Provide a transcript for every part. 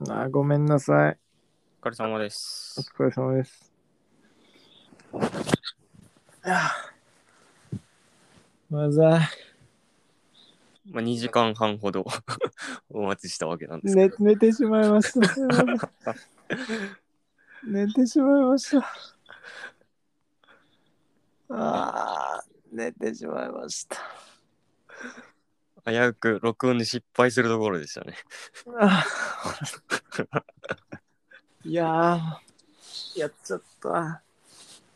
あーごめんなさい。お疲れ様でおす。疲れ様です。あーまずはまあ、2時間半ほど お待ちしたわけなんですけ寝ど、寝てしまいました。 寝てしまいました。ああ、寝てしまいました。危うく録音に失敗するところでしたね。あー いやー、やっちゃった。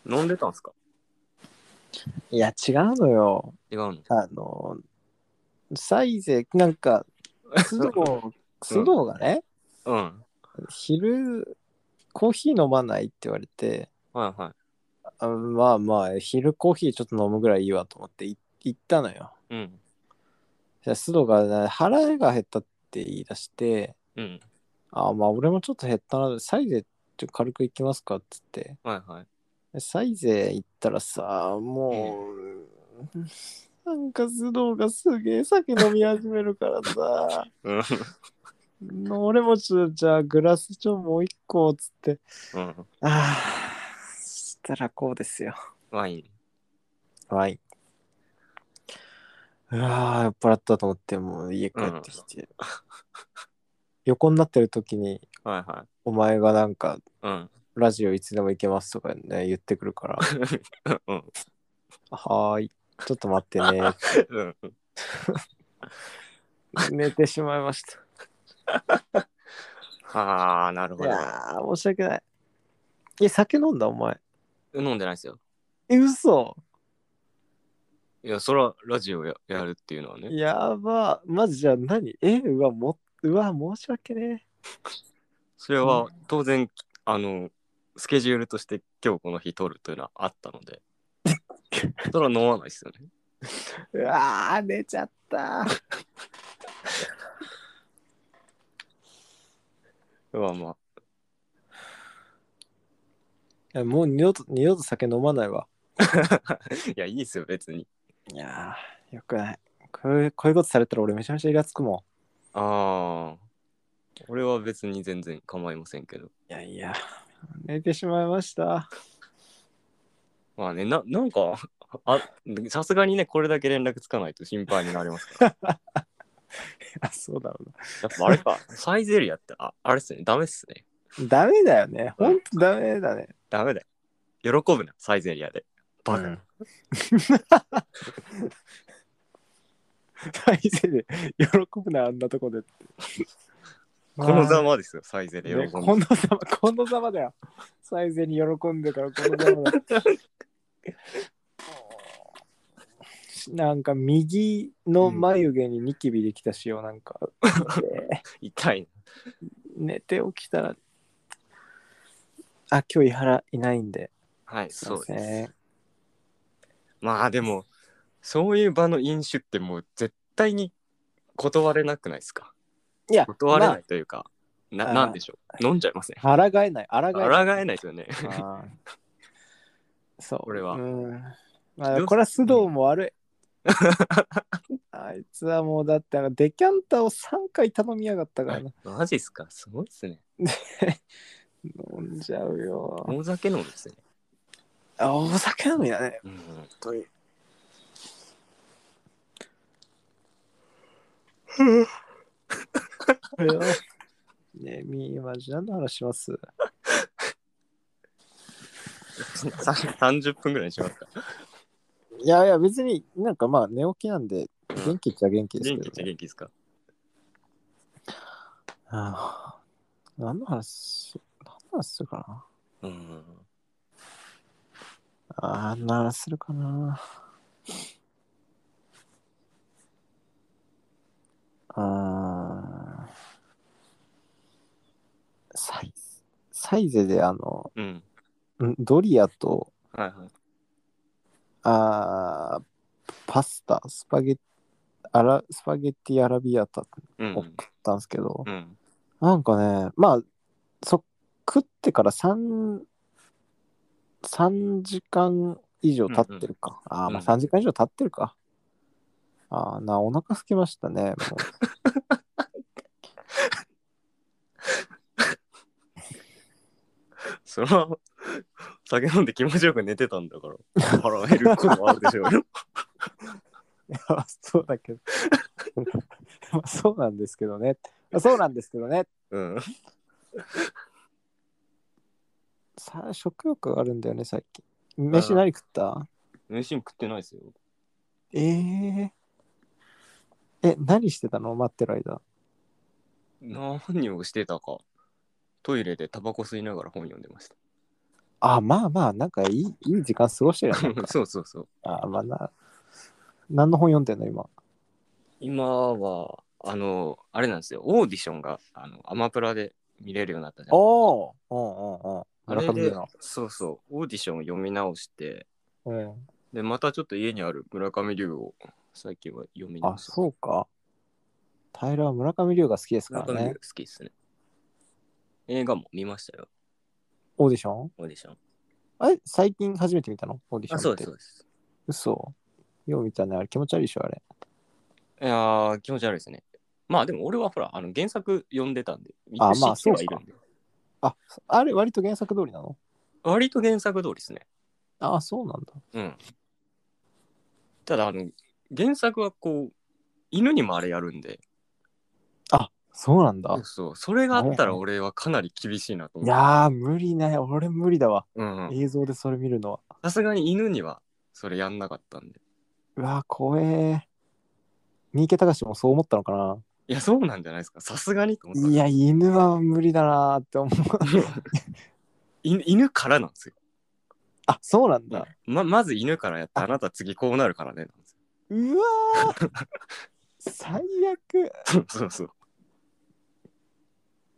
飲んでたんすかいや、違うのよ。違うのあの、サイゼ、なんか、須藤、須藤がね、うん。昼、コーヒー飲まないって言われて、はいはあまあまあ、昼コーヒーちょっと飲むぐらいいいわと思ってい行ったのよ。い。うん。じゃあ、須藤が、腹が減ったって言い出して、うん。あまあ、俺もちょっと減ったな、サイゼ、ちょっと軽く行きますかって言ってはいはい。で、サイゼ行ったらさ、もう、なんか須藤がすげえ酒飲み始めるからさ、うん。俺もちょっとじゃあグラスちょもう一個っつって、うん。ああ、そしたらこうですよ。ワイン。はい。うわー酔っ払ったと思って、もう家帰ってきて。横になってる時に、はいはい。お前がなんか、うん。ラジオいつでも行けますとかね、言ってくる から、うん。はーい、ちょっと待ってね。うん。 寝てしまいました。はあ、なるいほど。やー、申し訳ない。え、酒飲んだ、お前。飲んでないですよ。え、嘘いや、そら、ラジオややるっていうのはね。やば。マジじゃあ何え、うわ、も、うわ、申し訳ねそれは、当然、あの、スケジュールとして今日この日撮るというのはあったの で。それは飲まないですよね。え。うわー、寝ちゃった。まあまあ。いやもう二度と、二度と酒飲まないわ。いや、いいですよ、別に。いやー、よくない。こういう、こういうことされたら俺めちゃめちゃイラつくもああ。俺は別に全然構いませんけど。ん。いやいや、寝てしまいました。まあね、ななんか、 あさすがにね、これだけ連絡つかないと心配になりますから。あ、そうだろうやっぱあれか、 サイゼリアってああれっすね、ダメっすね。な。ダメだよね。ほんとダメだね。ダメだよ。喜ぶな、サイゼリアで。バカ。うん 大勢で喜ぶな、あんなとこでって。このざままですよ、サイゼあリア。ね、このざま、このざまだよ。サイゼに喜んでからこのざまだ。なんか右の眉毛にニキビできたしよ、なんか。痛い。寝て起きたら、あ、今日伊原いないんで、はい、すいまそうせです。ん。まあでも、そういう場の飲酒ってもう絶対に断れなくないですかいや、断れまなあいというか、あなーなんでしょう。飲んじゃいません。抗えない、抗え抗ない。えないですよね。あーそう。これはうん。まあ、これは須藤も悪い。あいつはもうだってあのデキャンターを3回頼みやがったからな。マジっすかすごいっすね。飲んじゃうよ。大酒飲むんですね。あ、お酒飲みだね、うん、本当 に。ねえ、みー、マジ何の話します30分ぐらいにしますか。いやいや、別になんかまあ寝起きなんで、元気っちゃ元気ですけ元ど、気っちゃ元気ですかああ何の話、何の話するかなうん。ああ、何の話するかなあーサイサイゼであの、うん。んドリアと、はいはい。あーパスタ、スパゲッアラスパゲッティアラビアタうを食ん。ったんですけど、うん。なんかね、まあ、そ食ってから3、3時間以上経ってるか。ああ、まあうん3時間以上経ってるか。ああ、な、お腹空きましたね。もその酒飲んで気持ちよく寝てたんだから腹減ることもあるでしょ うよいや そうだけどまあそうなんですけどねまあそうなんですけどねうんさ食欲あるんだよね最近飯何食った飯食ってないですよえええ何してたの待ってる間何をしてたかトイレでタバコ吸いながら本読んでましたあまあまあなんかいいいい時間過ごしてるよねそうそうそうあまあな何の本読んでんの今今はあのあれなんですよオーディションがあのアマプラで見れるようになったじゃんおおうんうんうんあれでそうそうオーディションを読み直してうん、でまたちょっと家にある村上龍を最近は読みあ直してそうか平は村上龍が好きですか村ら上ね龍好きですね映画も見ましたよオーディションオーディションあれ最近初めて見たのオーディションあってそうですそうです嘘よう見たねあれ気持ち悪いでしょあれいやー気持ち悪いですねまあでも俺はほらあの原作読んでたんであまあ知ってはいるんでああれ割と原作通りなの割と原作通りですねああそうなんだうん。ただ、あの、原作はこう、犬にもあれやるんで、そうなんだ、そう、それがあったら俺はかなり厳しいなとい思う。やー無理ね俺無理だわうんうん映像でそれ見るのはさすがに犬にはそれやんなかったんで。うわー怖え三池隆もそう思ったのかないや、そうなんじゃないですか。さすがにと思ったんいでや犬は無理だなーって思う 犬犬からなんですよ。あそうなんだ、ままず犬からやって、あなた次こうなるからね。なんですようわ ー最悪 そうそうそう。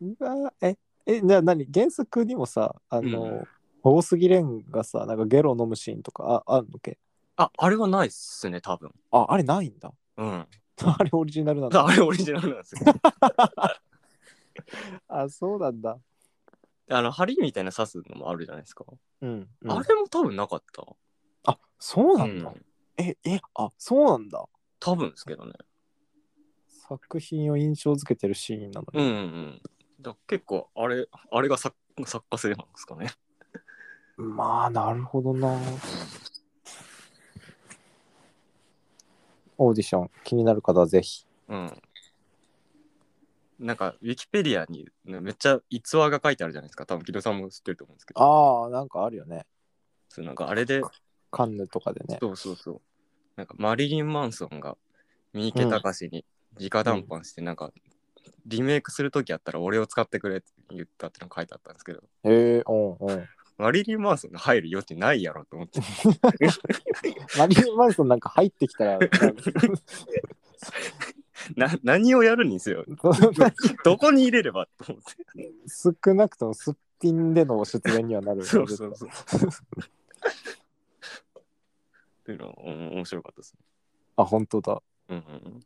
うわーええじゃあ何原作にもさあの、うん大杉蓮がさなんかゲロ飲むシーンとかああるのけあ、あれはないっすね、多分。ああれないんだ うん。あれオリジナルなんだあれオリジナルなんですよ。あそうなんだあの、針みたいな刺すのもあるじゃないですか。うん、うんあれも多分なかった。あそうなうんだ、んええあそうなんだ多分ですけどね。作品を印象付けてるシーンなのに、うんうんうん。だ結構あれ、あれが作作家性なんですかね。まあなるほど なオーディション気になる方はぜひうん。なんか、ウィキペディアに、ね、めっちゃ逸話が書いてあるじゃないですか。多分、木戸さんも知ってると思うんですけど。ああなんかあるよねそうなんか、あれで、カンヌとかでねそうそうそう。なんか、マリリン・マンソンが三池隆に直談判して、なんか、リメイクするときあったら俺を使ってくれって言ったってのが書いてあったんですけど、へえうんうんマリリン・マンソンが入る余地ないやろと思って。 マ リリン・マンソンなんか入ってきたら な何をやるにせよ、どこに入れればと思って。少なくともすっぴんでの出演にはなるよねそうそう そう。っていうのはおも面白かったですあ本当だね。うんうん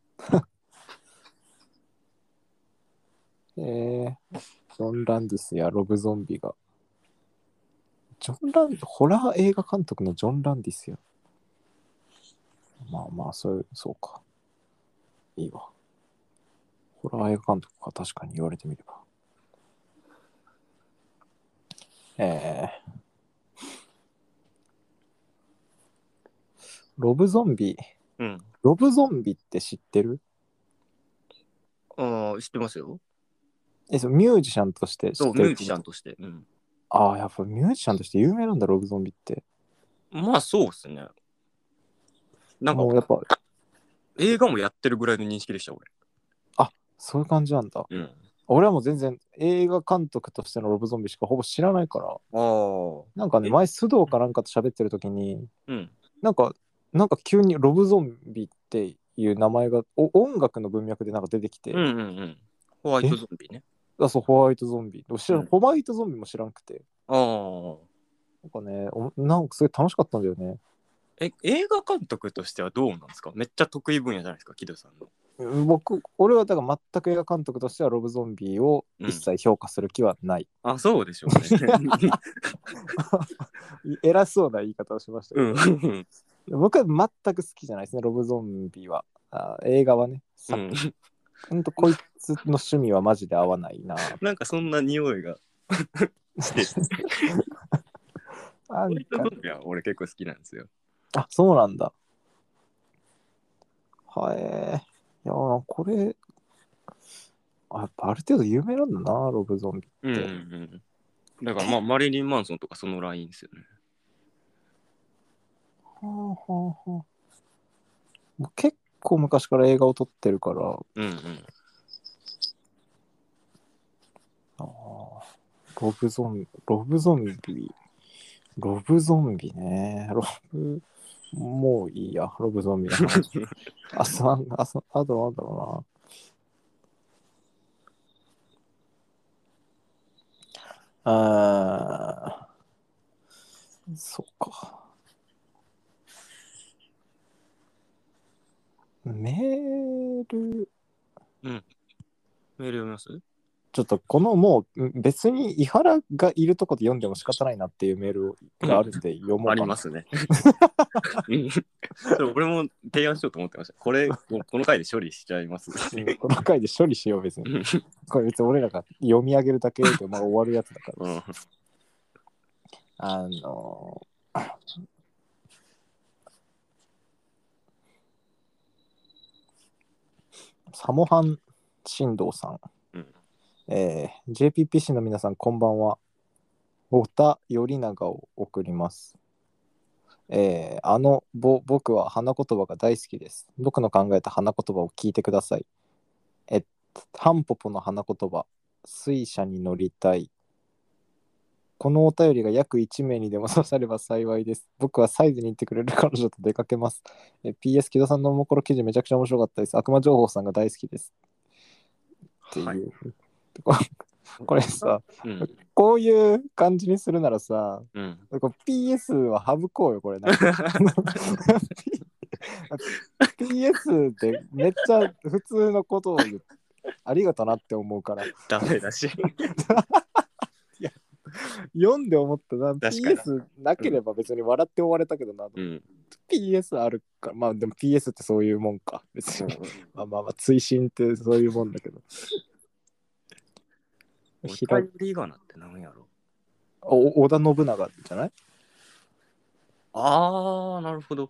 うん、えー、ジョン・ランディスやロブ・ゾンビが。ジョン・ランホラー映画監督のジョン・ランディスや。まあまあ、そういう、そうか。いいわ。ホラー映画監督か、確かに言われてみれば。えー、ロブ・ゾンビ。うんロブ・ゾンビって知ってるああ、知ってますよ。え、そうミュージシャンとして知そう、っミてるュージシャンとして。うん、ああ、やっぱミュージシャンとして有名なんだ、ロブゾンビって。まあ、そうですね。なんもうやか、っぱ、映画もやってるぐらいの認識でした、俺。そういう感じなんだ。うん、俺はもう全然映画監督としてのロブゾンビしかほぼ知らないから。ああ。なんかね、え前、須藤かなんかと喋ってる時に、うん。なんか、なんか急にロブゾンビっていう名前がお音楽の文脈でなんか出てきて、うんうんうん。ホワイトゾンビね。あそうホワイトゾンビ知らんうんホワイトゾンビも知らんくて、ああ。なんかね、おなんかすごい楽しかったんだよね。え、映画監督としてはどうなんですかめっちゃ得意分野じゃないですか、木戸さんの。僕、俺はだから全く映画監督としてはロブゾンビを一切評価する気はない。あ、そうでしょうね。偉そうな言い方をしましたけ うど。んうん。僕は全く好きじゃないですね、ロブゾンビは。あ映画はね。うさん、 ほんとこいつの趣味はマジで合わないな。なんかそんな匂いがなんホワイトかゾンビは俺結構好きなんですよ。あ、そうなんだ。はえー。いやー、これ、あやっぱある程度有名なんだな、ロブゾンビ。うんうんうん。だからまあ、マリリン・マンソンとかそのラインですよね。はあはあはあもう結構昔から映画を撮ってるから、うん うん。あーロブゾンビ、ロブゾンビ、ロブゾンビね。ロブ、もういいや、ロブゾンビの 話。あ、そう、あ、そう、あとなんだろうな。あーそうか。メール、メール読みますちょっとこのもうん別に伊原がいるとこで読んでも仕方ないなっていうメールがあるんで読もうかな。ありますね。うんそれ俺も提案しようと思ってました。これ、もうこの回で処理しちゃいます。うんこの回で処理しよう別に。これ別に俺らが読み上げるだけでまあ終わるやつだから。うん、あのーサモハン振動さん、うんえー JPPC の皆さんこんばんはおたより長を送りますえーあのぼ僕は花言葉が大好きです僕の考えた花言葉を聞いてくださいえっとタンポポの花言葉水車に乗りたいこのお便りが約1名にでも刺されば幸いです。僕はサイズに行ってくれる彼女と出かけます。え PS 木戸さんのおもころ記事めちゃくちゃ面白かったです。悪魔情報さんが大好きです。っていう。はい これさ、うん。こういう感じにするならさ、うん。こう PS は省こうよ、これなんか。PS ってめっちゃ普通のことを言うありがとなって思うから。ダメ だし。読んで思ったな。確かに PS なければ別に笑って終われたけどな。うん。 PS あるから、まあでも PS ってそういうもんか。別に。まあまあまあ、追伸ってそういうもんだけど。おひら便りがなってなんやろお織田信長じゃないあー、なるほど。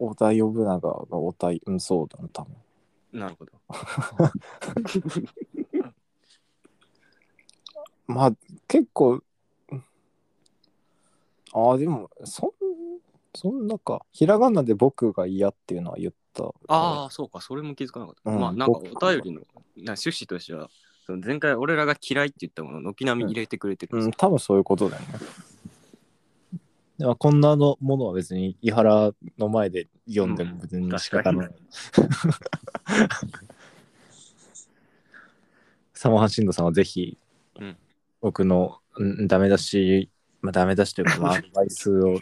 織田信長がおたい、うん、そうだな、多分。なるほど。 まあ、結構、うんああ、でも、そん、そんなか。ひらがなで僕が嫌っていうのは言った。ああ、そうか、それも気づかなかった。うんまあ、なんかお便りのな趣旨としては、その前回俺らが嫌いって言ったものを軒並み入れてくれてるんでうすん、よ。多分そういうことだよね。でもこんなのものは別に伊原の前で読んでも別に仕方ない。うサモハンシンドさんはぜひ、うん僕の、うん、ダメ出し、まあ、ダメ出しという か、まあ、アドバイスを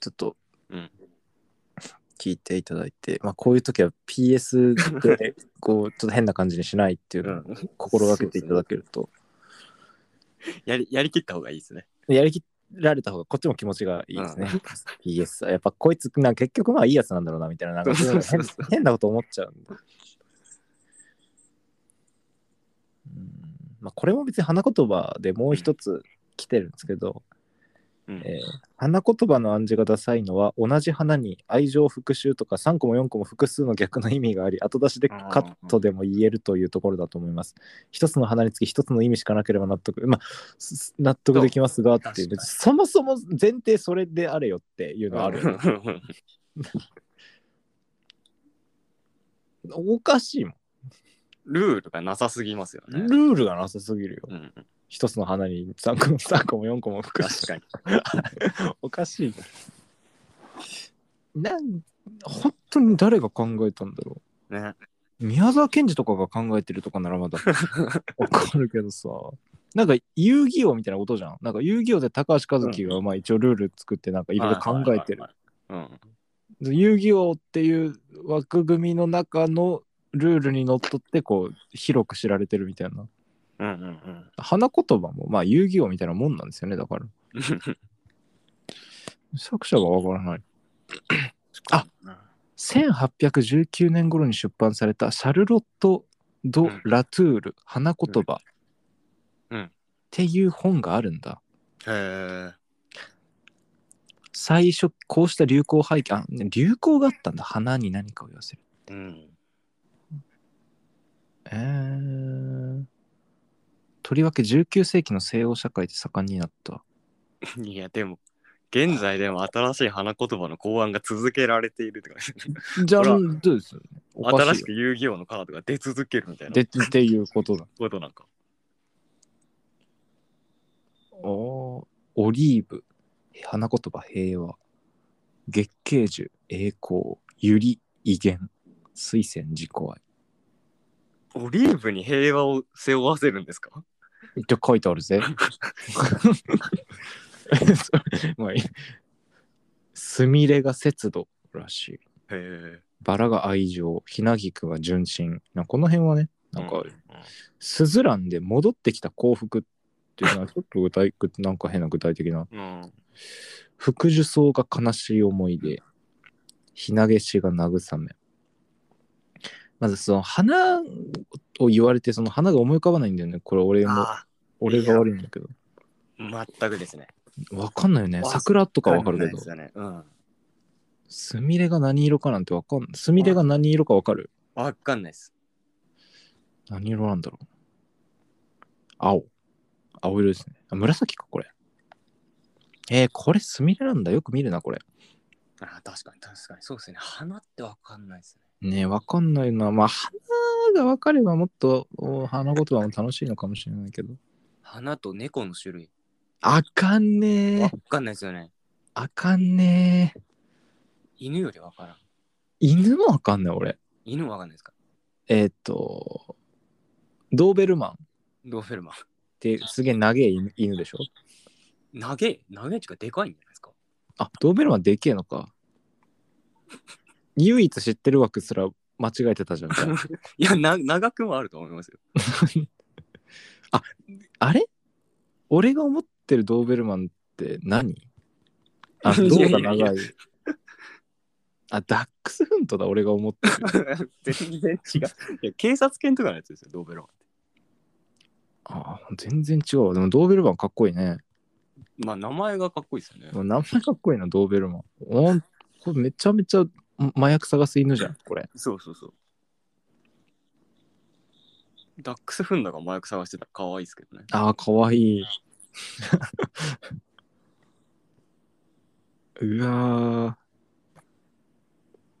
ちょっとうん聞いていただいて、まあ、こういう時は PS でこうちょっと変な感じにしないっていうのをうん心がけていただけると、やりやりきった方がいいですね。やりきられた方がこっちも気持ちがいいですね。うん PS やっぱこいつなんか結局まあいいやつなんだろうなみたいななんかそうそうそう変変なこと思っちゃうんで。うんまあ、これも別に花言葉でもう一つ来てるんですけど、うんえー花言葉の暗示がダサいのは同じ花に愛情復讐とか3個も4個も複数の逆の意味があり後出しでカットでも言えるというところだと思います。一つの花につき一つの意味しかなければ納得、まあ、すす納得できますがっていう確かにそもそも前提それであれよっていうのはあるよね、おかしいもん。ルールがなさすぎますよね。ルールがなさすぎるよ。うん、一つの花に3個も3個も4個も複数確かに。 おかしいなん本当に誰が考えたんだろね。う宮沢賢治とかが考えてるとかなら まだわかるけどさなんか遊戯王みたいなことじゃんなんか遊戯王で高橋和樹がまあ一応ルール作ってなんかいろいろ考えてるはいはいはいはい。遊戯王っていう枠組みの中のルールにのっとってこう広く知られてるみたいなうんうんうん花言葉もまあ遊戯王みたいなもんなんですよねだ からうん。作者がわからないあ1819年頃に出版されたシャルロット・ド・ラトゥール花言葉うんていう本があるんだ。へえ。最初、こうした流行背景、あ、ね流行があったんだ。花に何かを寄せる。うん。えー、とりわけ19世紀の西欧社会で盛んになった。いや、でも、現在でも新しい花言葉の考案が続けられているって感じ。じゃあ、ほどらうですおかしいよ新しく遊戯王のカードが出続けるみたいなでっていうことだ。ことなんか。おーオリーブ、花言葉平和、月桂樹、栄光、百合、威厳、水仙、自己オリーブに平和を背負わせるんですか愛。って書いてあるぜ。まあいいすみれが節度らしい。へえ。バラが愛情、ひなぎくは純真。なんかこの辺はね、なんかう、すずらんで戻ってきた幸福っていうのはちょっと具体、なんか変な具体的な。うん。福寿草が悲しい思い出ひなげしが慰めまずその花を言われてその花が思い浮かばないんだよねこれ俺もあ俺が悪いんだけどあ、全くですね。わかんないよねわ桜とかわかるけどわかんないですよねすみれが何色かなんてわかんすみれが何色かわかるうん。わかんないです。何色なんだろう青青色ですねあ紫かこれえー、これすみれなんだよく見るなこれああ、確かに確かに。そうですね。花ってわかんないですね。ねえ、わかんないな。まあ、花がわかればもっとお花言葉も楽しいのかもしれないけど。花と猫の種類。あかんねわえ。かんないですよね。あかんねえ。犬よりわからん。犬もわかんない、俺。犬わかんないですかえっ、と、ドーベルマンっドーフェルマてすげえ長え犬犬でしょン。投げ、投げちかでかいんじゃないですかあ、ドーベルマンでけえのか。唯一知ってる枠すら間違えてたじゃん。じゃあいや、な長くもあると思いますよ。 あれ俺が思ってるドーベルマンって何あ、いドやーいやがいや長い。あ、ダックスフントだ、俺が思ってる。全然違う。いや、警察犬とかのやつですよ、ドーベルマああ、全然違うわ。でもドーベルマンかっこいいね。ン。まあ、名前がかっこいいですよねも。う名前かっこいいな、ドーベルマン。おんこれめちゃめちゃ麻薬探す犬じゃん、これ。そうそうそう。ダックスフンダが麻薬探してたら可愛いですけどね。ああ、かわいい。うわー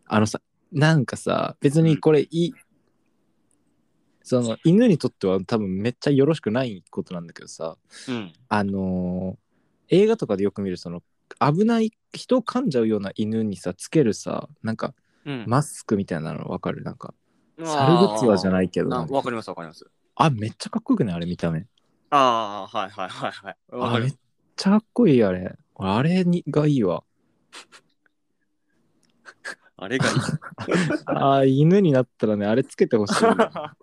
あのさ、なんかさ、別にこれいい、その犬にとっては多分めっちゃよろしくないことなんだけどさ、うん。あのー映画とかでよく見るその危ない人を噛んじゃうような犬にさつけるさなんかうん、マスクみたいなのわかるなんかサルグツアじゃないけどあなーんわかかりますわかります。あめっちゃかっこよくないあれ見た目ああ、はいはいはいはい。わあかめりまっすちゃかっこいいあれ俺あれにがいいわあれがいい。 あー犬になったらねあれつけてほしい あ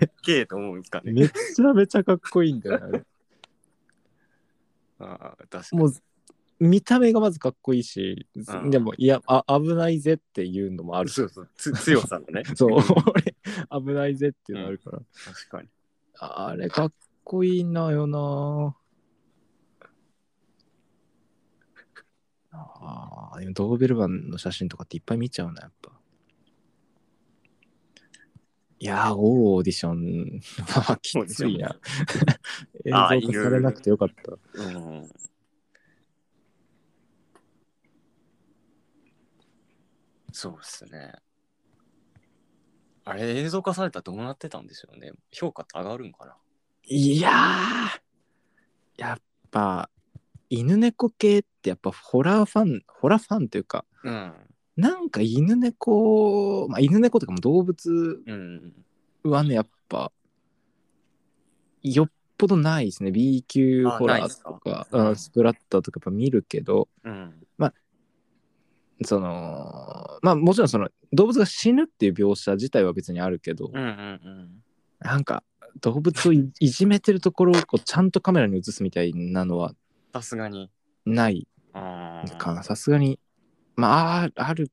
れっけえと思うんですかね。めっちゃめちゃかっこいいんだよねあれああ、確かに。もう見た目がまずかっこいいし、うんでもいやあ危ないぜっていうのもあるそうそう。つ強さのね。 そう 俺危ないぜっていうのあるから、確かに。あれかっこいいなよなああ、でもドーベルマンの写真とかっていっぱい見ちゃうな、やっぱ。いやー、おオーディション、 まあ、きついな。映あー像化されなくてよかった。うん。そうっすね。あれ映像化されたらどうなってたんでしょうね。評価って上がるんかな。いやー、やっぱ、犬猫系ってやっぱホラーファン、ホラーファンというか、うん。なんか犬猫、まあ、犬猫とかも動物うん。はねやっぱよっぽどないですね B 級あホないラでーすとかかうんうんスプラッターとかやっぱ見るけどうん。そのまあもちろんその動物が死ぬっていう描写自体は別にあるけど、うんうんうん。なんか動物をいいじめてるところをこうちゃんとカメラに映すみたいなのはさすがに。ないあかなさすがにまああある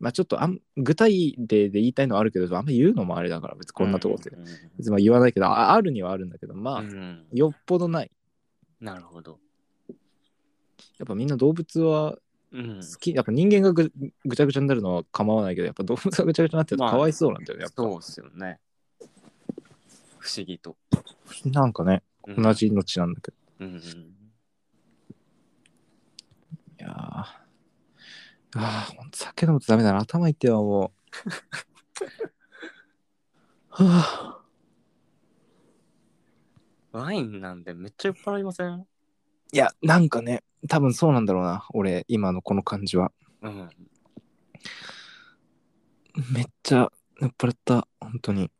まあちょっとあん具体例で言いたいのはあるけどあんま言うのもあれだから別にこんなとこって、うん別にまあ言わないけどああるにはあるんだけどまあ、うんよっぽどないなるほど。やっぱみんな動物はうん好き、やっぱ人間がぐぐちゃぐちゃになるのは構わないけどやっぱ動物がぐちゃぐちゃになってるとまあかわいそうなんだよね、やっぱそうっすよね。不思議と。なんかねうん同。じ命なんだけど、うんいやーあーほんと酒飲むとダメだな頭痛いわもうはあワインなんでめっちゃ酔っ払いませんいやなんかね多分そうなんだろうな俺今のこの感じはうん。めっちゃ酔っ払った本当に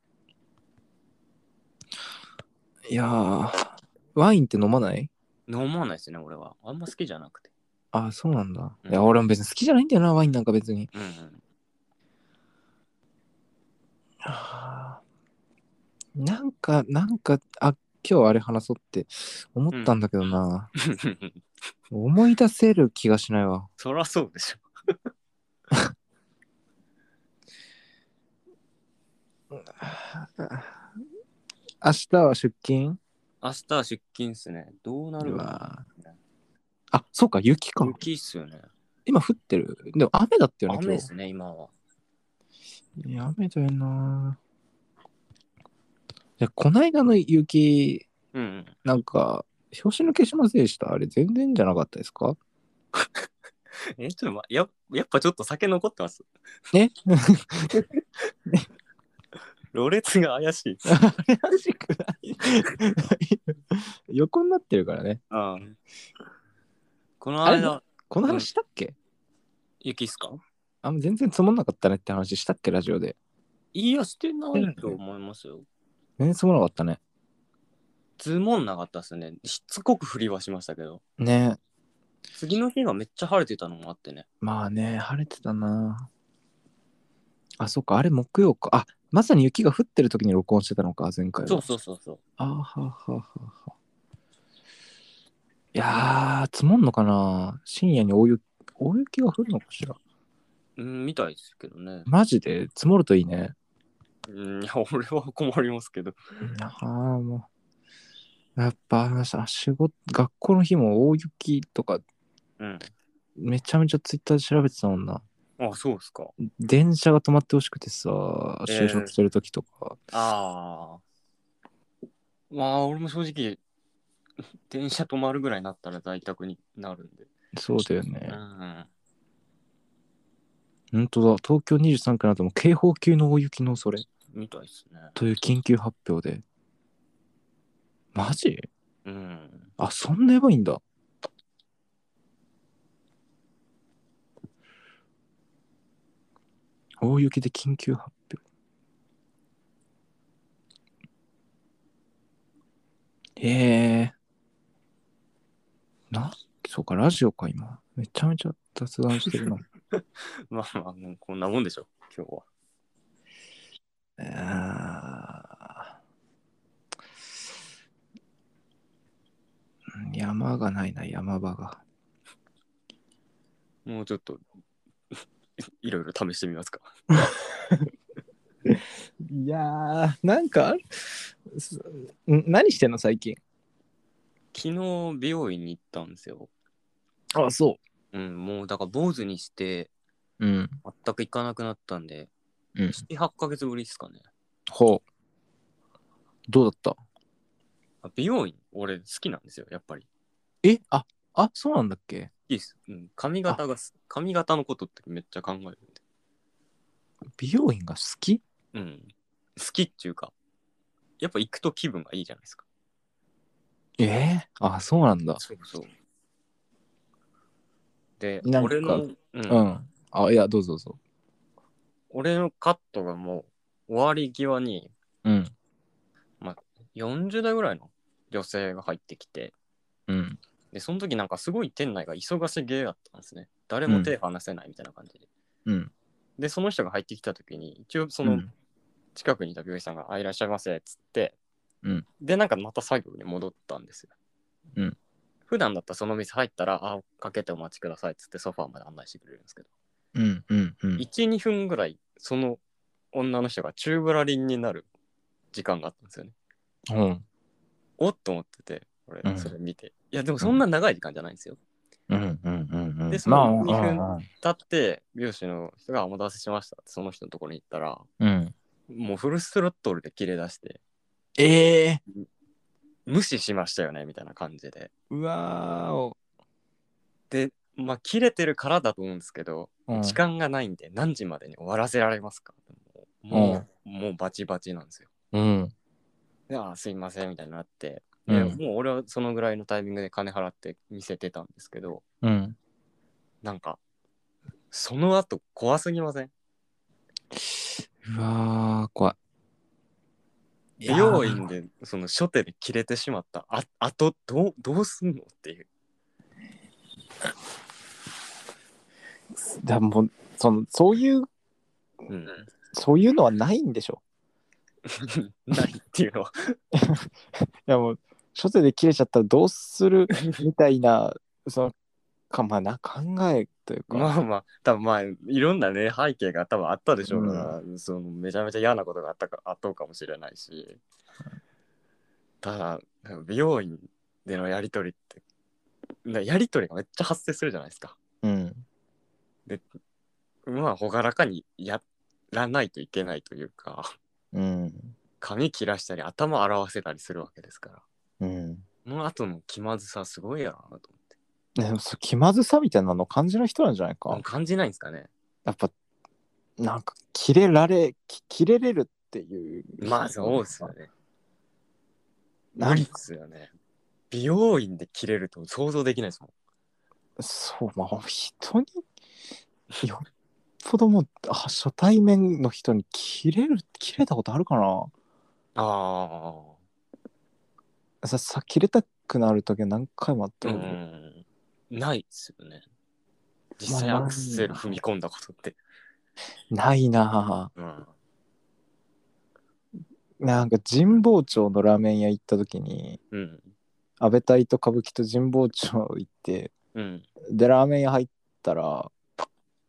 いやーワインって飲まない飲まないですね、俺は。あんま好きじゃなくて。ああそうなんだ、うんいや俺も別に好きじゃないんだよなワインなんか別にうんうん。はあなんかなんかあ今日あれ話そうって思ったんだけどな、思い出せる気がしないわ そらそうでしょ。明日は出勤明日は出勤っすね。どうなるうかわあそうか雪かな。雪っすよね。今降ってるでも雨だったよね雨今っ日すね、今は。いや雨だよないやこないだの雪うんうん。なんか表紙抜けしませんでしたあれ全然じゃなかったですかえ、ちょっと、ま、ややっぱちょっと酒残ってます。ねろれつが怪 しいっす。あれらしくない横になってるからねうん。このあれ間、この話したっけ、雪っすかあんま全然つもんなかったねって話したっけラジオでいや、してないと思いますよ。全然つもんなかったねズモンなかったっすね。しつこく振りはしましたけど。ね次の日がめっちゃ晴れてたのもあってね。まあね晴れてたなあそっかあれ木曜かあまさに雪が降ってる時に録音してたのか前回はそうそうそうそう。あーはーはーはーはーいやー積もんのかな深夜に大雪大雪が降るのかしらうん、みたいですけどね。マジで積もるといいねうん、いや、俺は困りますけど。ああもうやっぱあのさ仕事学校の日も大雪とかうん。めちゃめちゃツイッターで調べてたもんなあ、そうっすか。電車が止まってほしくてさええ就職してる時とか、ああ。まあ、俺も正直、電車止まるぐらいになったら在宅になるんで。そうだようね、ん。ほんとだ東京23区なども警報級の大雪の恐れみたいですね。という緊急発表でマジうん。あそんなやばいんだ大雪で緊急発表ええなそうかラジオか今めちゃめちゃ雑談してるなまあまあ、もうこんなもんでしょ、今日は。あーうん山がないな山場がもうちょっと、 いろいろ試してみますか。いやーなんかあるすん何してんの最近昨日、美容院に行ったんですよ。あそうん、もうだから坊主にして、ううん全く行かなくなったんで、うん7、8ヶ月ぶりですかね。ほうどうだったあ美容院、俺好きなんですよ、やっぱり。えああそうなんだっけいいです。うん、髪型がす、髪型のことってめっちゃ考えるんで。美容院が好きうん。好きっていうか、やっぱ行くと気分がいいじゃないですか。えー、あそうなんだそうそう。で、なんか俺の、うんうんあいやどうぞどうぞ俺のカットがもう終わり際にうん40代ぐらいの女性が入ってきて、うんで、その時なんかすごい店内が忙しげだったんですね。誰も手離せないみたいな感じで。うんで、その人が入ってきた時に、一応そうんの近くにいた美容師さんが、あ、いらっしゃいませっつって、うんで、なんかまた作業に戻ったんですよ。うん普段だったらその店入ったら、あ、かけてお待ちくださいっつってソファーまで案内してくれるんですけど、うんうんうん。 12分ぐらいその女の人がチューブラリンになる時間があったんですよねうんおっと思ってて俺うんそれ見て、いやでもそんな長い時間じゃないんですようんうんうんうん。でそまあ、のうん二分だって美容師の人が「お待たせしました」ってその人のところに行ったらうん。もうフルスロットルで切れ出してええ「無視しましたよね」みたいな感じでうわーお。でまあ切れてるからだと思うんですけど、うん時間がないんで何時までに終わらせられますかもう,、もうバチバチなんですようん。であーすいませんみたいになってで、うんもう俺はそのぐらいのタイミングで金払って見せてたんですけどうん。なんかその後怖すぎませんうわー、怖い。美容院でその初手で切れてしまったああとどうどうすんのっていうでもそのそういううんそういうのはないんでしょないっていうのはいやもう初手で切れちゃったらどうするみたいな そのかまあな考えというか、まあまあ多分まあいろんなね背景が多分あったでしょうから、そのめちゃめちゃ嫌なことがあったかあったのかもしれないしただ美容院でのやり取りってなやり取りがめっちゃ発生するじゃないですかうん。まあ朗らかにやらないといけないというかうん。髪切らしたり頭洗わせたりするわけですかうらん。その後の気まずさすごいやなと思ってでもそう気まずさみたいなの感じる人なんじゃないか、あ感じないんですかねやっぱなんか切れられき切れれるっていうまあそうですよねな無理んっすよね美容院で切れると想像できないですもんそうまあ人によっぽどもうあ初対面の人に切れる切れたことあるかなあささ切れたくなる時は何回もあっあたうけど、んないっすよね実際アクセル踏み込んだことって、ないなあうん、なんか神保町のラーメン屋行った時にうん安倍隊と歌舞伎と神保町行ってうんでラーメン屋入ったら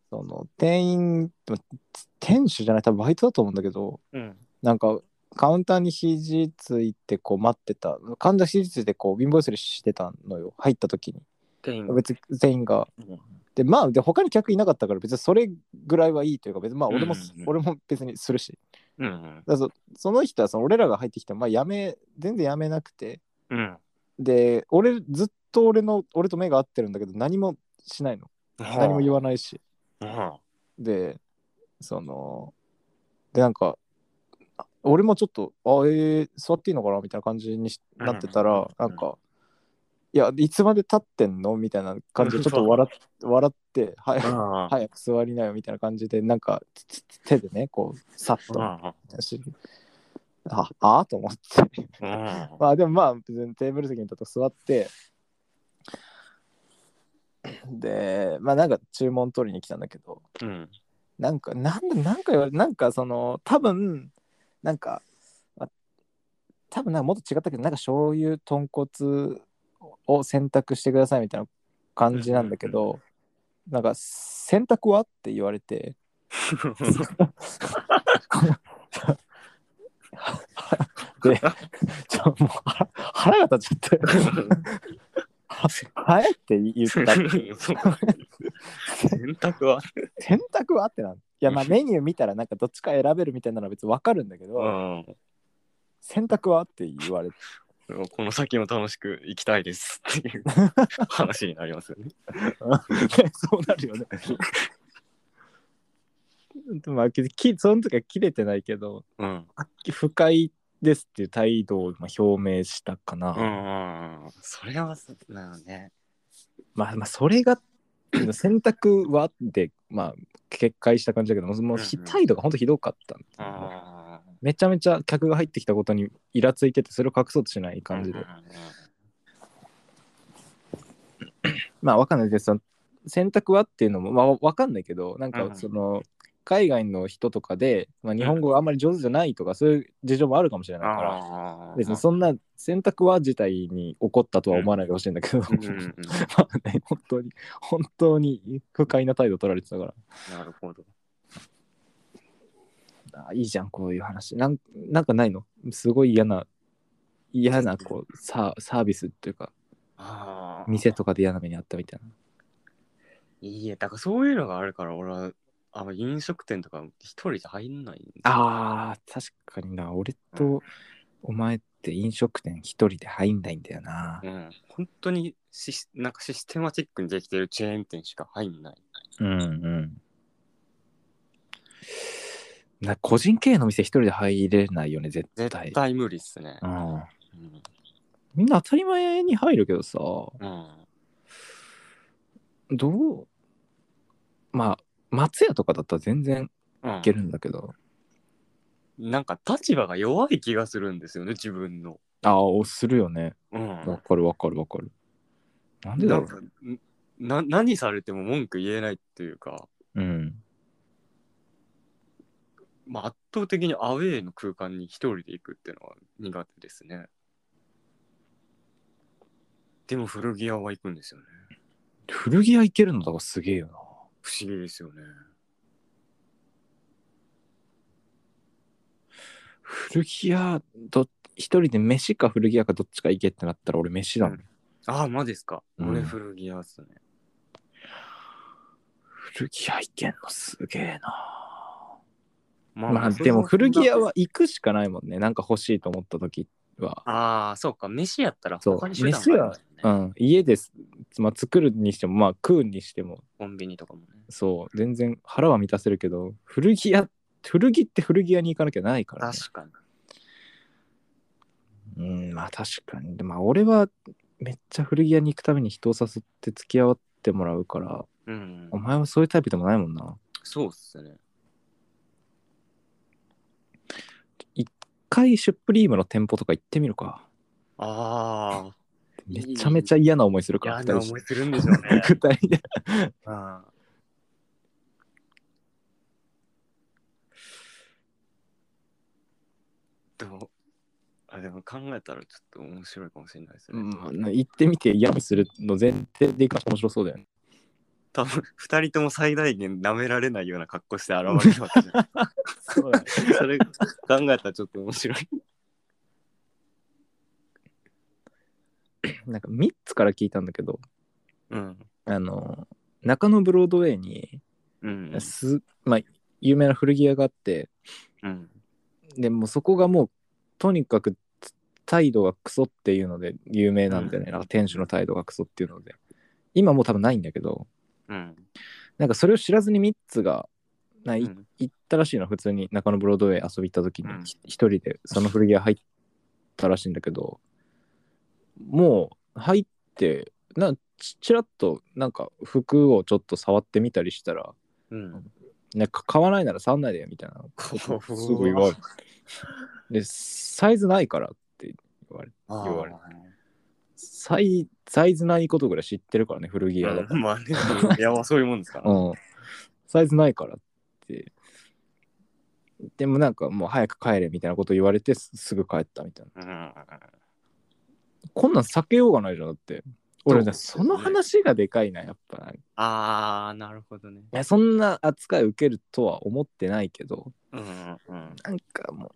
その店員店主じゃない多分バイトだと思うんだけどうんなんかカウンターに肘ついてこう待ってた患者肘ついてこう貧乏ゆすりしてたのよ入った時に店員別に全員がうんでまあで他に客いなかったから別にそれぐらいはいいというか別にまあ俺も、うんうん俺も別にするしうんだからそその人はその俺らが入ってきてもまあやめ全然やめなくてうんで俺ずっと俺の俺と目が合ってるんだけど何もしないの何も言わないしうんでそのでなんかあ俺もちょっと「あえー、座っていいのかな?」みたいな感じにしうんなってたら、うんなんか「いやいつまで立ってんの?」みたいな感じでちょっと笑 っ笑って「はい、うん早く座りなよ」みたいな感じでなんかつつ手でねこうさっとうんしああーと思って。うんまあでもまあ別にテーブル席にちょっと座ってでまあなんか注文取りに来たんだけどうんなんかなんだなんか言われなんかその多分なんか、まあ多分なんかもっと違ったけどなんか醤油豚骨を選択してくださいみたいな感じなんだけどなんか選択はって言われて。 で、ちょもう腹腹が立っちゃって、 はいって言 った。 選択は選択はあってなん。いや、 まあメニュー見たらなんかどっちか選べるみたいなのは別にわかるんだけど、うん選択はって言われて、この先も楽しく行きたいですっ ていう話になりますよね。そうなるよね。 まあ、ききその時は切れてないけど、うん。不快ですっていう態度をまあ表明したかな。うん。それはそうなのね。まあまあそれが 選択はでまあ決壊した感じだけどもうもうひうんうん態度が本当ひどかったんだよね、ああ。めちゃめちゃ客が入ってきたことにイラついててそれを隠そうとしない感じで、うんまあわかんないですその選択はっていうのもまあわわかんないけどなんうかんその、海外の人とかで、まあ、日本語あんまり上手じゃないとか、そういう事情もあるかもしれないから、ああ。別にそんな選択は自体に起こったとは思わないでほしいんだけど、うんうんうん まあね、本当に、本当に不快な態度取られてたから。なるほど。あいいじゃん、こういう話。なんなんかないのすごい嫌な、嫌なこうサーサービスっていうか、ああ。店とかで嫌な目にあったみたいな。いいえ、だからそういうのがあるから、俺は、あの飲食店とか一人じゃ入んないんだ。あー、確かにな。俺とお前って飲食店一人で入んないんだよなう。ん。本当にシス、なんかシステマチックにできてるチェーン店しか入んない。うんうん。な個人経営の店一人で入れないよね、絶対。絶対無理っすねう。ん。うん。みんな当たり前に入るけどさ、うん。どうまあ、松屋とかだったら全然うんいけるんだけど。なんか立場が弱い気がするんですよね、自分の。ああ、するよね。うん。わかるわかるわかる。なんでだろなんかな何されても文句言えないっていうか、う。うん。まあ、圧倒的にアウェーの空間に一人で行くっていうのは苦手ですね。でも古着屋は行くんですよね。古着屋行けるのだからすげえよな。不思議ですよね。古着屋ど、一人で飯か古着屋かどっちか行けってなったら俺飯だもん。うんああ、まあですか。うん俺古着屋っすね。古着屋行けんのすげえな。ままあでも古着屋は。行くしかないもんね。なんか欲しいと思った時は。ああ、そうか。飯やったらそう他に手段があるんだうよね、ん、家です、まあ、作るにしても、まあ、食うにしてもコンビニとかもね。そう全然腹は満たせるけど古着屋古着って古着屋に行かなきゃないから、ね、確かうに。んまあ確かにでまあ俺はめっちゃ古着屋に行くために人を誘って付き合ってもらうからうんお。前はそういうタイプでもないもんなそうっすね。一回シュプリームの店舗とか行ってみるかああ。めちゃめちゃ嫌な思いするから嫌な二人思いするんでしょう ね。で二人でうんでも、あ、でも考えたらちょっと面白いかもしれないですね。うん行ってみて嫌にするの前提で行くの面白そうだよね多分二人とも最大限舐められないような格好して現れるわけじゃないそうだね それ考えたらちょっと面白い。 なんか3つから聞いたんだけどうん。あの中野ブロードウェイにうん。す、まあ、有名な古着屋があってうん。でもうそこがもうとにかく態度がクソっていうので有名なんだよね、うんなんか店主の態度がクソっていうので今もう多分ないんだけどうん。なんかそれを知らずにミッツがなういん行ったらしいの普通に中野ブロードウェイ遊び行った時にうんひ一、人でその古着屋入ったらしいんだけどもう入ってなちちらっとなんか服をちょっと触ってみたりしたらうん。なんか買わないなら触んないでよみたいなことをすぐ言われてでサイズないからって言われてあー言われサイサイズないことぐらい知ってるからね古着屋だうんまあね、いや、そういうもんですから。うん。サイズないからって。でもなんかもう早く帰れみたいなこと言われてすすぐ帰ったみたいな。うん。こんなん避けようがないじゃんだって。俺ね、そそうですねの話がでかいな、やっぱ。いああ、なるほどね。や、そんな扱い受けるとは思ってないけど、うん。うん。なんかもう。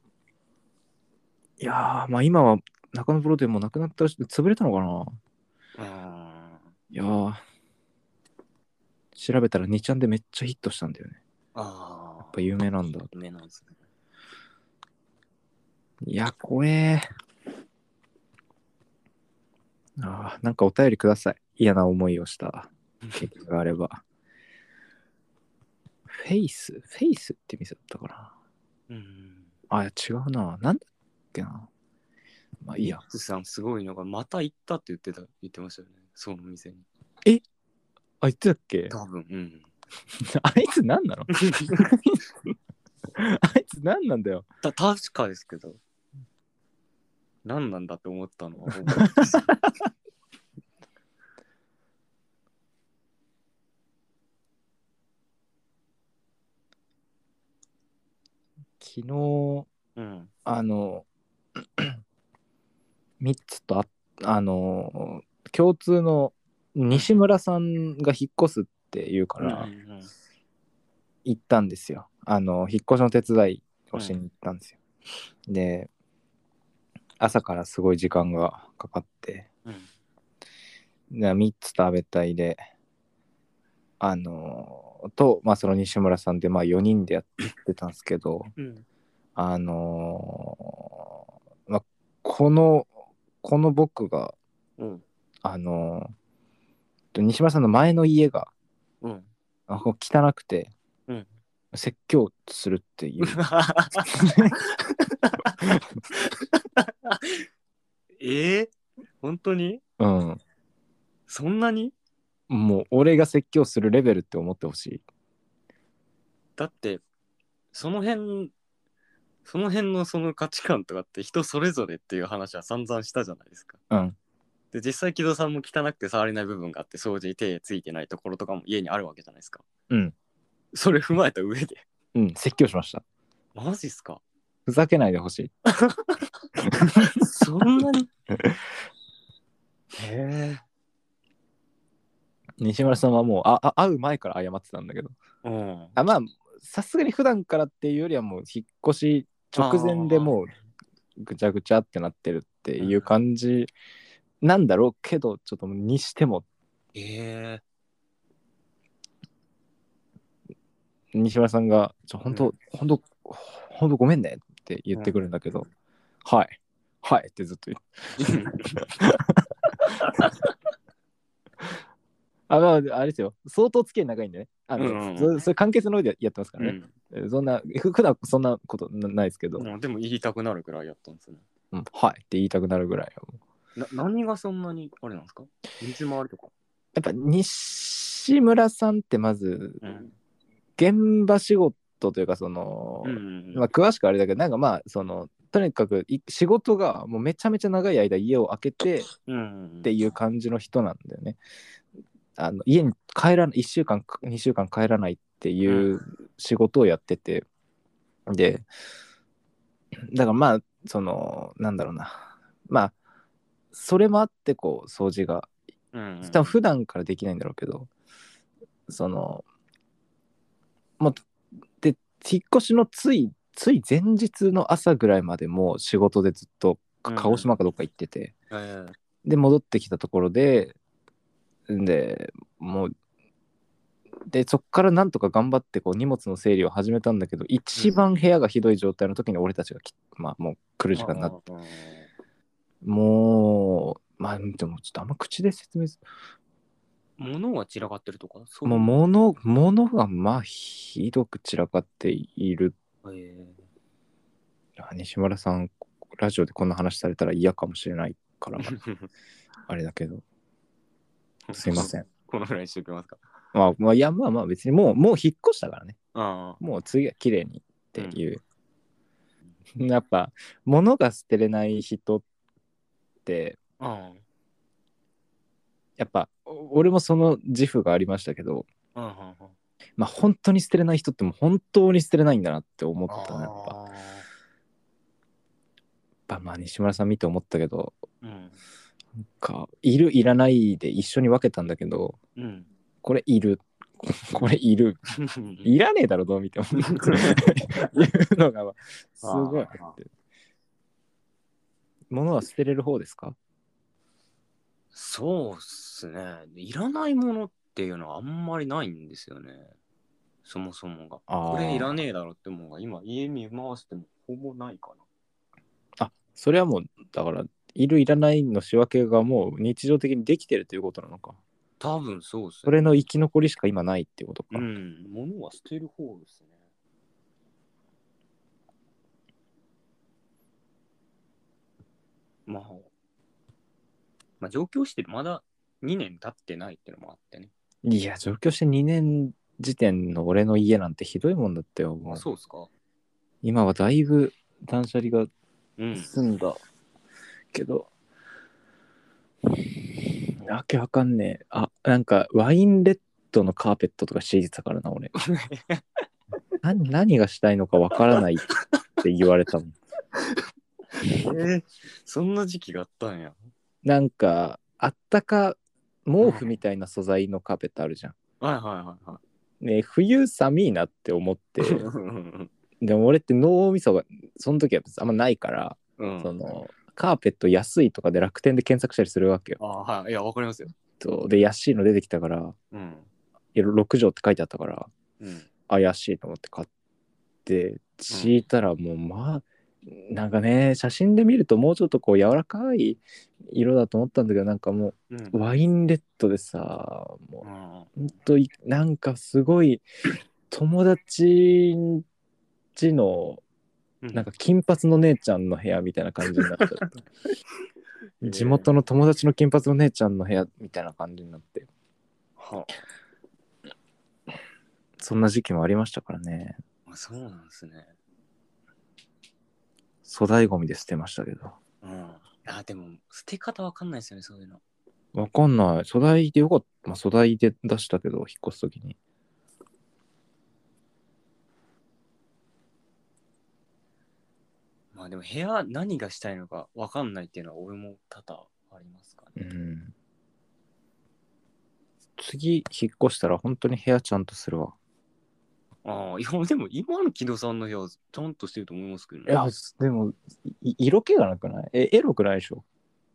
いやー、まあ今は中野プロでもうなくなったらしく潰れたのかな。うんいやー。調べたら2ちゃんでめっちゃヒットしたんだよね。やあっぱ有名なんだ。あ、目なんですね。いや、怖え。ああ、なんかお便りください。嫌な思いをした経験があれば。フェイスフェイスって店だったかうん。なあ、いや違うな。なんだっけな。まあいいや。スさんすごいのが、また行ったって言ってた、言ってましたよね。その店に。あ、言ってたっけ多分、うん。あいつ何なのあいつ何なんだよ。た、確かですけど。何なんだって思ったのは覚えてます。 昨日うん。あの ミッツとああの共通の西村さんが引っ越すっていうかうんうらん行ったんですよ、あの引っ越しの手伝いをしに行ったんですよ、で朝からすごい時間がかかってうんで3つ食べたいであのと、まあ、その西村さんで、まあ、4人でやってたんですけどうん。あのーまあ、このこの僕がうん。あのー西村さんの前の家がうん。 あこう汚くて、うん説教するっていうええ本当にうん、そんなにもう俺が説教するレベルって思ってほしいだって、その辺、その辺のその価値観とかって人それぞれっていう話は散々したじゃないですか。うんで、実際木戸さんも汚くて触れない部分があって、掃除に手ついてないところとかも家にあるわけじゃないですか。うん。それ踏まえた上で。 うん説教しましたマジっすかふざけないでほしいそん なにへ西村さんはもうああ会う前から謝ってたんだけどえ。うん。あまあさすがに普段からっていうよりはもう引っ越し直前でもうぐちゃぐちゃってなってるっていう感じなんだろうけどちょっとにしてもええ西村さんが「ちょ本う当本当本当ごめんね」って言ってくるんだけど「はいはい」ってずっと言うあまああれですよ相当付き合い長いんでねあの、うんうんそそれ関係性の上でやってますかうらね、んえそんな ふ普段そんなことなないですけど、うん。でも言いたくなるくらいやったんですね。うんはいって言いたくなるぐらいな何がそんなにあれなんですか水回りとか。やっぱ西村さんってまずうん。現場仕事というかその、うんまあ、詳しくはあれだけどなんかまあそのとにかくい仕事がもうめちゃめちゃ長い間家を空けてっうん。ていう感じの人なんだよね。あの家に帰らない1週間か2週間帰らないっていう仕事をやっててでだからまあそのなんだろうなまあそれもあってこう掃除がうん多分普段からできないんだろうけど、そのもうで引っ越しのついつい前日の朝ぐらいまでもう仕事でずっとかうん鹿児島かどっか行ってて、ええで戻ってきたところででもうでそっからなんとか頑張ってこう荷物の整理を始めたんだけど一番部屋がひどい状態の時に俺たちがき、まあ、もう来る時間になってうんもうまあでもちょっとあんま口で説明す物が散らかってるとかそもう物物がまあひどく散らかっているうえあ西村さんラジオでこんな話されたら嫌かもしれないから あれだけどえすいませんこのぐらいにしておきますかまあまあいやまあまあ別にもうもう引っ越したからねああもう次は綺麗にっていう、やっぱ物が捨てれない人ってあやっぱお俺もその自負がありましたけどあああまあ本当に捨てれない人ってもう本当に捨てれないんだなって思ったねやっぱやっあぱまあ西村さん見て思ったけどうんかいるいらないで一緒に分けたんだけどうんこれいる これいるいらねえだろどう 見てもいうのがすごいあーあって物は捨てれる方ですかそうっすねいらないものっていうのはあんまりないんですよねそもそもがあーこれいらねえだろってものが今家見回してもほぼないかなそれはもうだからいるいらないの仕分けがもう日常的にできてるということなのか多分そうっすそれの生き残りしか今ないっていうことか、うん物は捨てる方ですねまあ、まあ、上京してるまだ2年経ってないっていうのもあってね。いや上京して2年時点の俺の家なんてひどいもんだったよもうそうですか。今はだいぶ断捨離がうん。住んだけど、わけわかんねえあなんかワインレッドのカーペットとか敷いてたからな俺な何がしたいのかわからないって言われたもん。えー、 そんな時期があったんや。なんか、あったか毛布みたいな素材のカーペットあるじゃん。はいはいはね冬寒いなって思 って、いはい。でも俺って脳みそが、その時は別にあんまないから、うん、その、カーペット安いとかで楽天で検索したりするわけよ。ああはいいやわかりますよ。とで、安いの出てきたから、うんいや6畳って書いてあったから、うん、怪しいと思って買って敷いたらもうまあなんかね写真で見るともうちょっとこう柔らかい色だと思ったんだけどなんかもうんうワインレッドでさもううんほんといなんかすごい友達んちのうんなんか金髪の姉ちゃんの部屋みたいな感じになっちゃった地元の友達の金髪の姉ちゃんの部屋みたいな感じになってはそんな時期もありましたからねあそうなんですね。粗大ゴミで捨てましたけどうん、あでも捨て方わかんないですよねそういうの。わかんない。粗大でよかった。まあ、粗大で出したけど、引っ越すときに。まあでも部屋何がしたいのかわかんないっていうのは俺も多々ありますかね。うん。次、引っ越したら本当に部屋ちゃんとするわ。ああいやでも今の木戸さんの部屋ちゃんとしてると思いますけどね。いや、でも、い色気がなくないえ、エロくないでしょ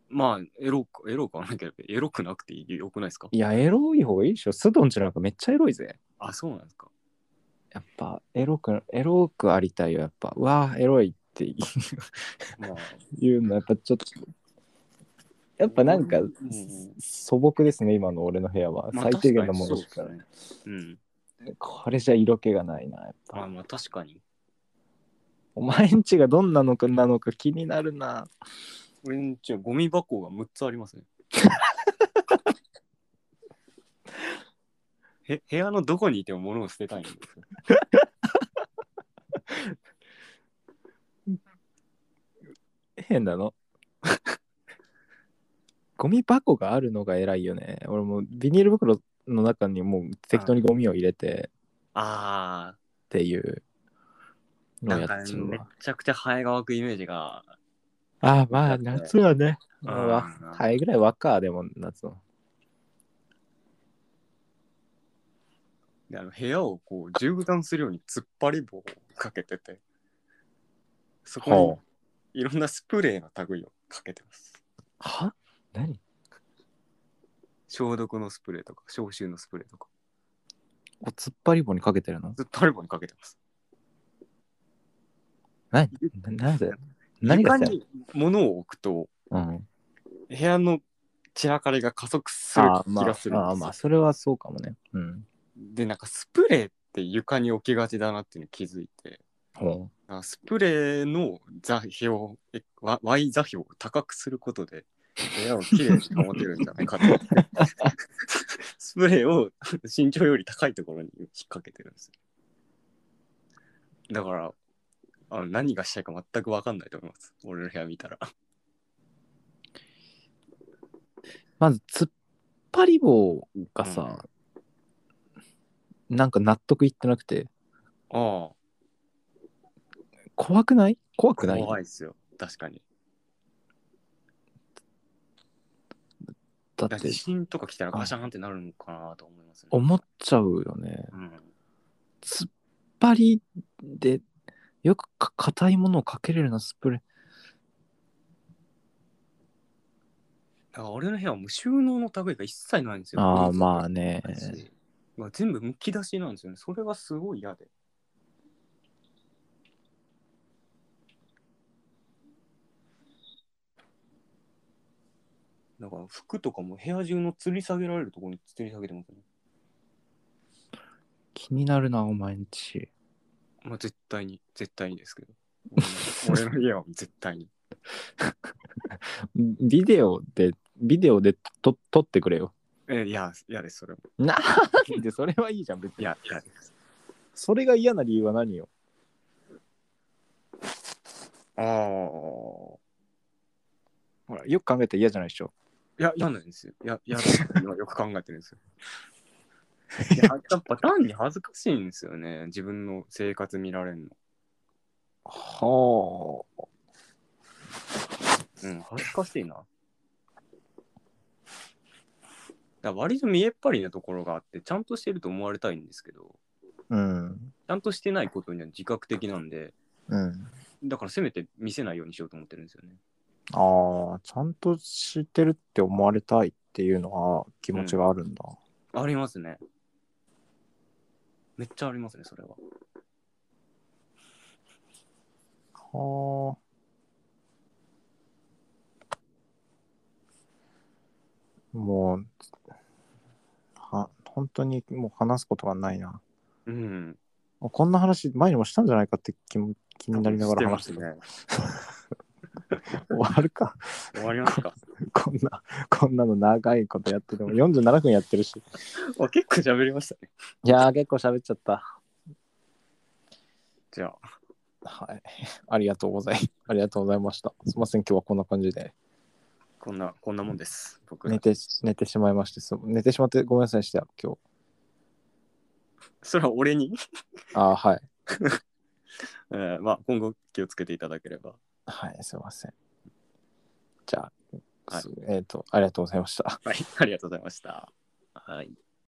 まあエロくエロくはないけどエロくなくてよくないですかいや、エロい方がいいでしょスドンちなんかめっちゃエロいぜ。あそうなんですか。やっぱ、エロく、エロくありたいよ、やっぱ。うわあエロいっていう まあ言うの、やっぱちょっと。やっぱなんか、うん素朴ですね、今の俺の部屋は。まあ最低限のものしか確かにそうですねうん。これじゃ色気がないな、やっぱ。あまあ確かに。お前んちがどんなのかなのか気になるな。俺んちはゴミ箱が6つありますね。 へ部屋のどこにいても物を捨てたいんです よ。変なの。 ゴミ箱があるのが偉いよね。俺もうビニール袋の中にもう適当にゴミを入れてあっていうあ、のなをんやかっちゃうめわ。ちゃくちゃハエが湧くイメージが。ああ、まあ夏はね。うんわはいぐらいわっか、でも夏は。であの部屋をこう銃弾するように突っ張り棒をかけてて、そこにいろんなスプレーの類をかけてます。は何消毒のスプレーとか消臭のスプレーとかお突っ張り棒にかけてるの突っ張り棒にかけてます。何ななぜ何が床したいに物を置くとうん。部屋の散らかりが加速するあー気まあがするんですよあーまあ、それはそうかもね。うん。でなんかスプレーって床に置きがちだなっていうの気づいてほなんかスプレーの座標えわ Y 座標を高くすることで部屋をきれいに保てるんじゃない かと思ってスプレーを身長より高いところに引っ掛けてるんですよだからあの何がしたいか全く分かんないと思います俺の部屋見たらうまず、突っ張り棒がさ、うんなんか納得いってなくてああ怖くない怖くない怖いっすよ確かにだだっってて地震とか来たらガシャンってなるのかなと思いますね。思っちゃうよねうん、突っ張りでよくか硬いものをかけれるなスプレーだから俺の部屋はもう収納の類が一切ないんですよ。ああまあねだしまあ全部むき出しなんですよね。それがすごい嫌で。だから服とかも部屋中の吊り下げられるところに吊り下げてますね。気になるなお前んちまあ絶対に、絶対にですけど。 俺の俺の家は絶対に。ビデオでビデオでと撮ってくれよえいや、嫌です、それも。なんでそれはいいじゃん別いにや、嫌です。それが嫌な理由は何よああ。ほらよく考えたら嫌じゃないでしょいや、嫌なんですよ。いや、嫌だっていうのはよく考えてる んですよ。いややっぱ単に恥ずかしいんですよね。自分の生活見られるの。はあ。うん、恥ずかしいな。だから割と見えっ張りなところがあって、ちゃんとしてると思われたいんですけど、うん。ちゃんとしてないことには自覚的なんで、うん。だからせめて見せないようにしようと思ってるんですよね。ああ、ちゃんと知ってるって思われたいっていうのは気持ちがあるんだ。ありますね。めっちゃありますね、それは。はあ。もう、は、本当にもう話すことがないな。うん。あこんな話、前にもしたんじゃないかって気も気になりながら話してしてた。ますね。終わるか。 終わりますか。こんな、こんなの長いことやってても、47分やってるし。あ結構喋りましたね。いやー、結構喋っちゃった。じゃあ、はい。ありがとうござい、ありがとうございました。すいません、今日はこんな感じで。こんな、こんなもんです。僕ら寝。て、寝てしまいまして、す寝てしまってごめんなさいでした、今日。それは俺に、 ああ、はい。えーまあ、今後気をつけていただければ。はい、すいません。じゃあ、はいすえっ、と、ありがとうございました。はい、ありがとうございました。はい。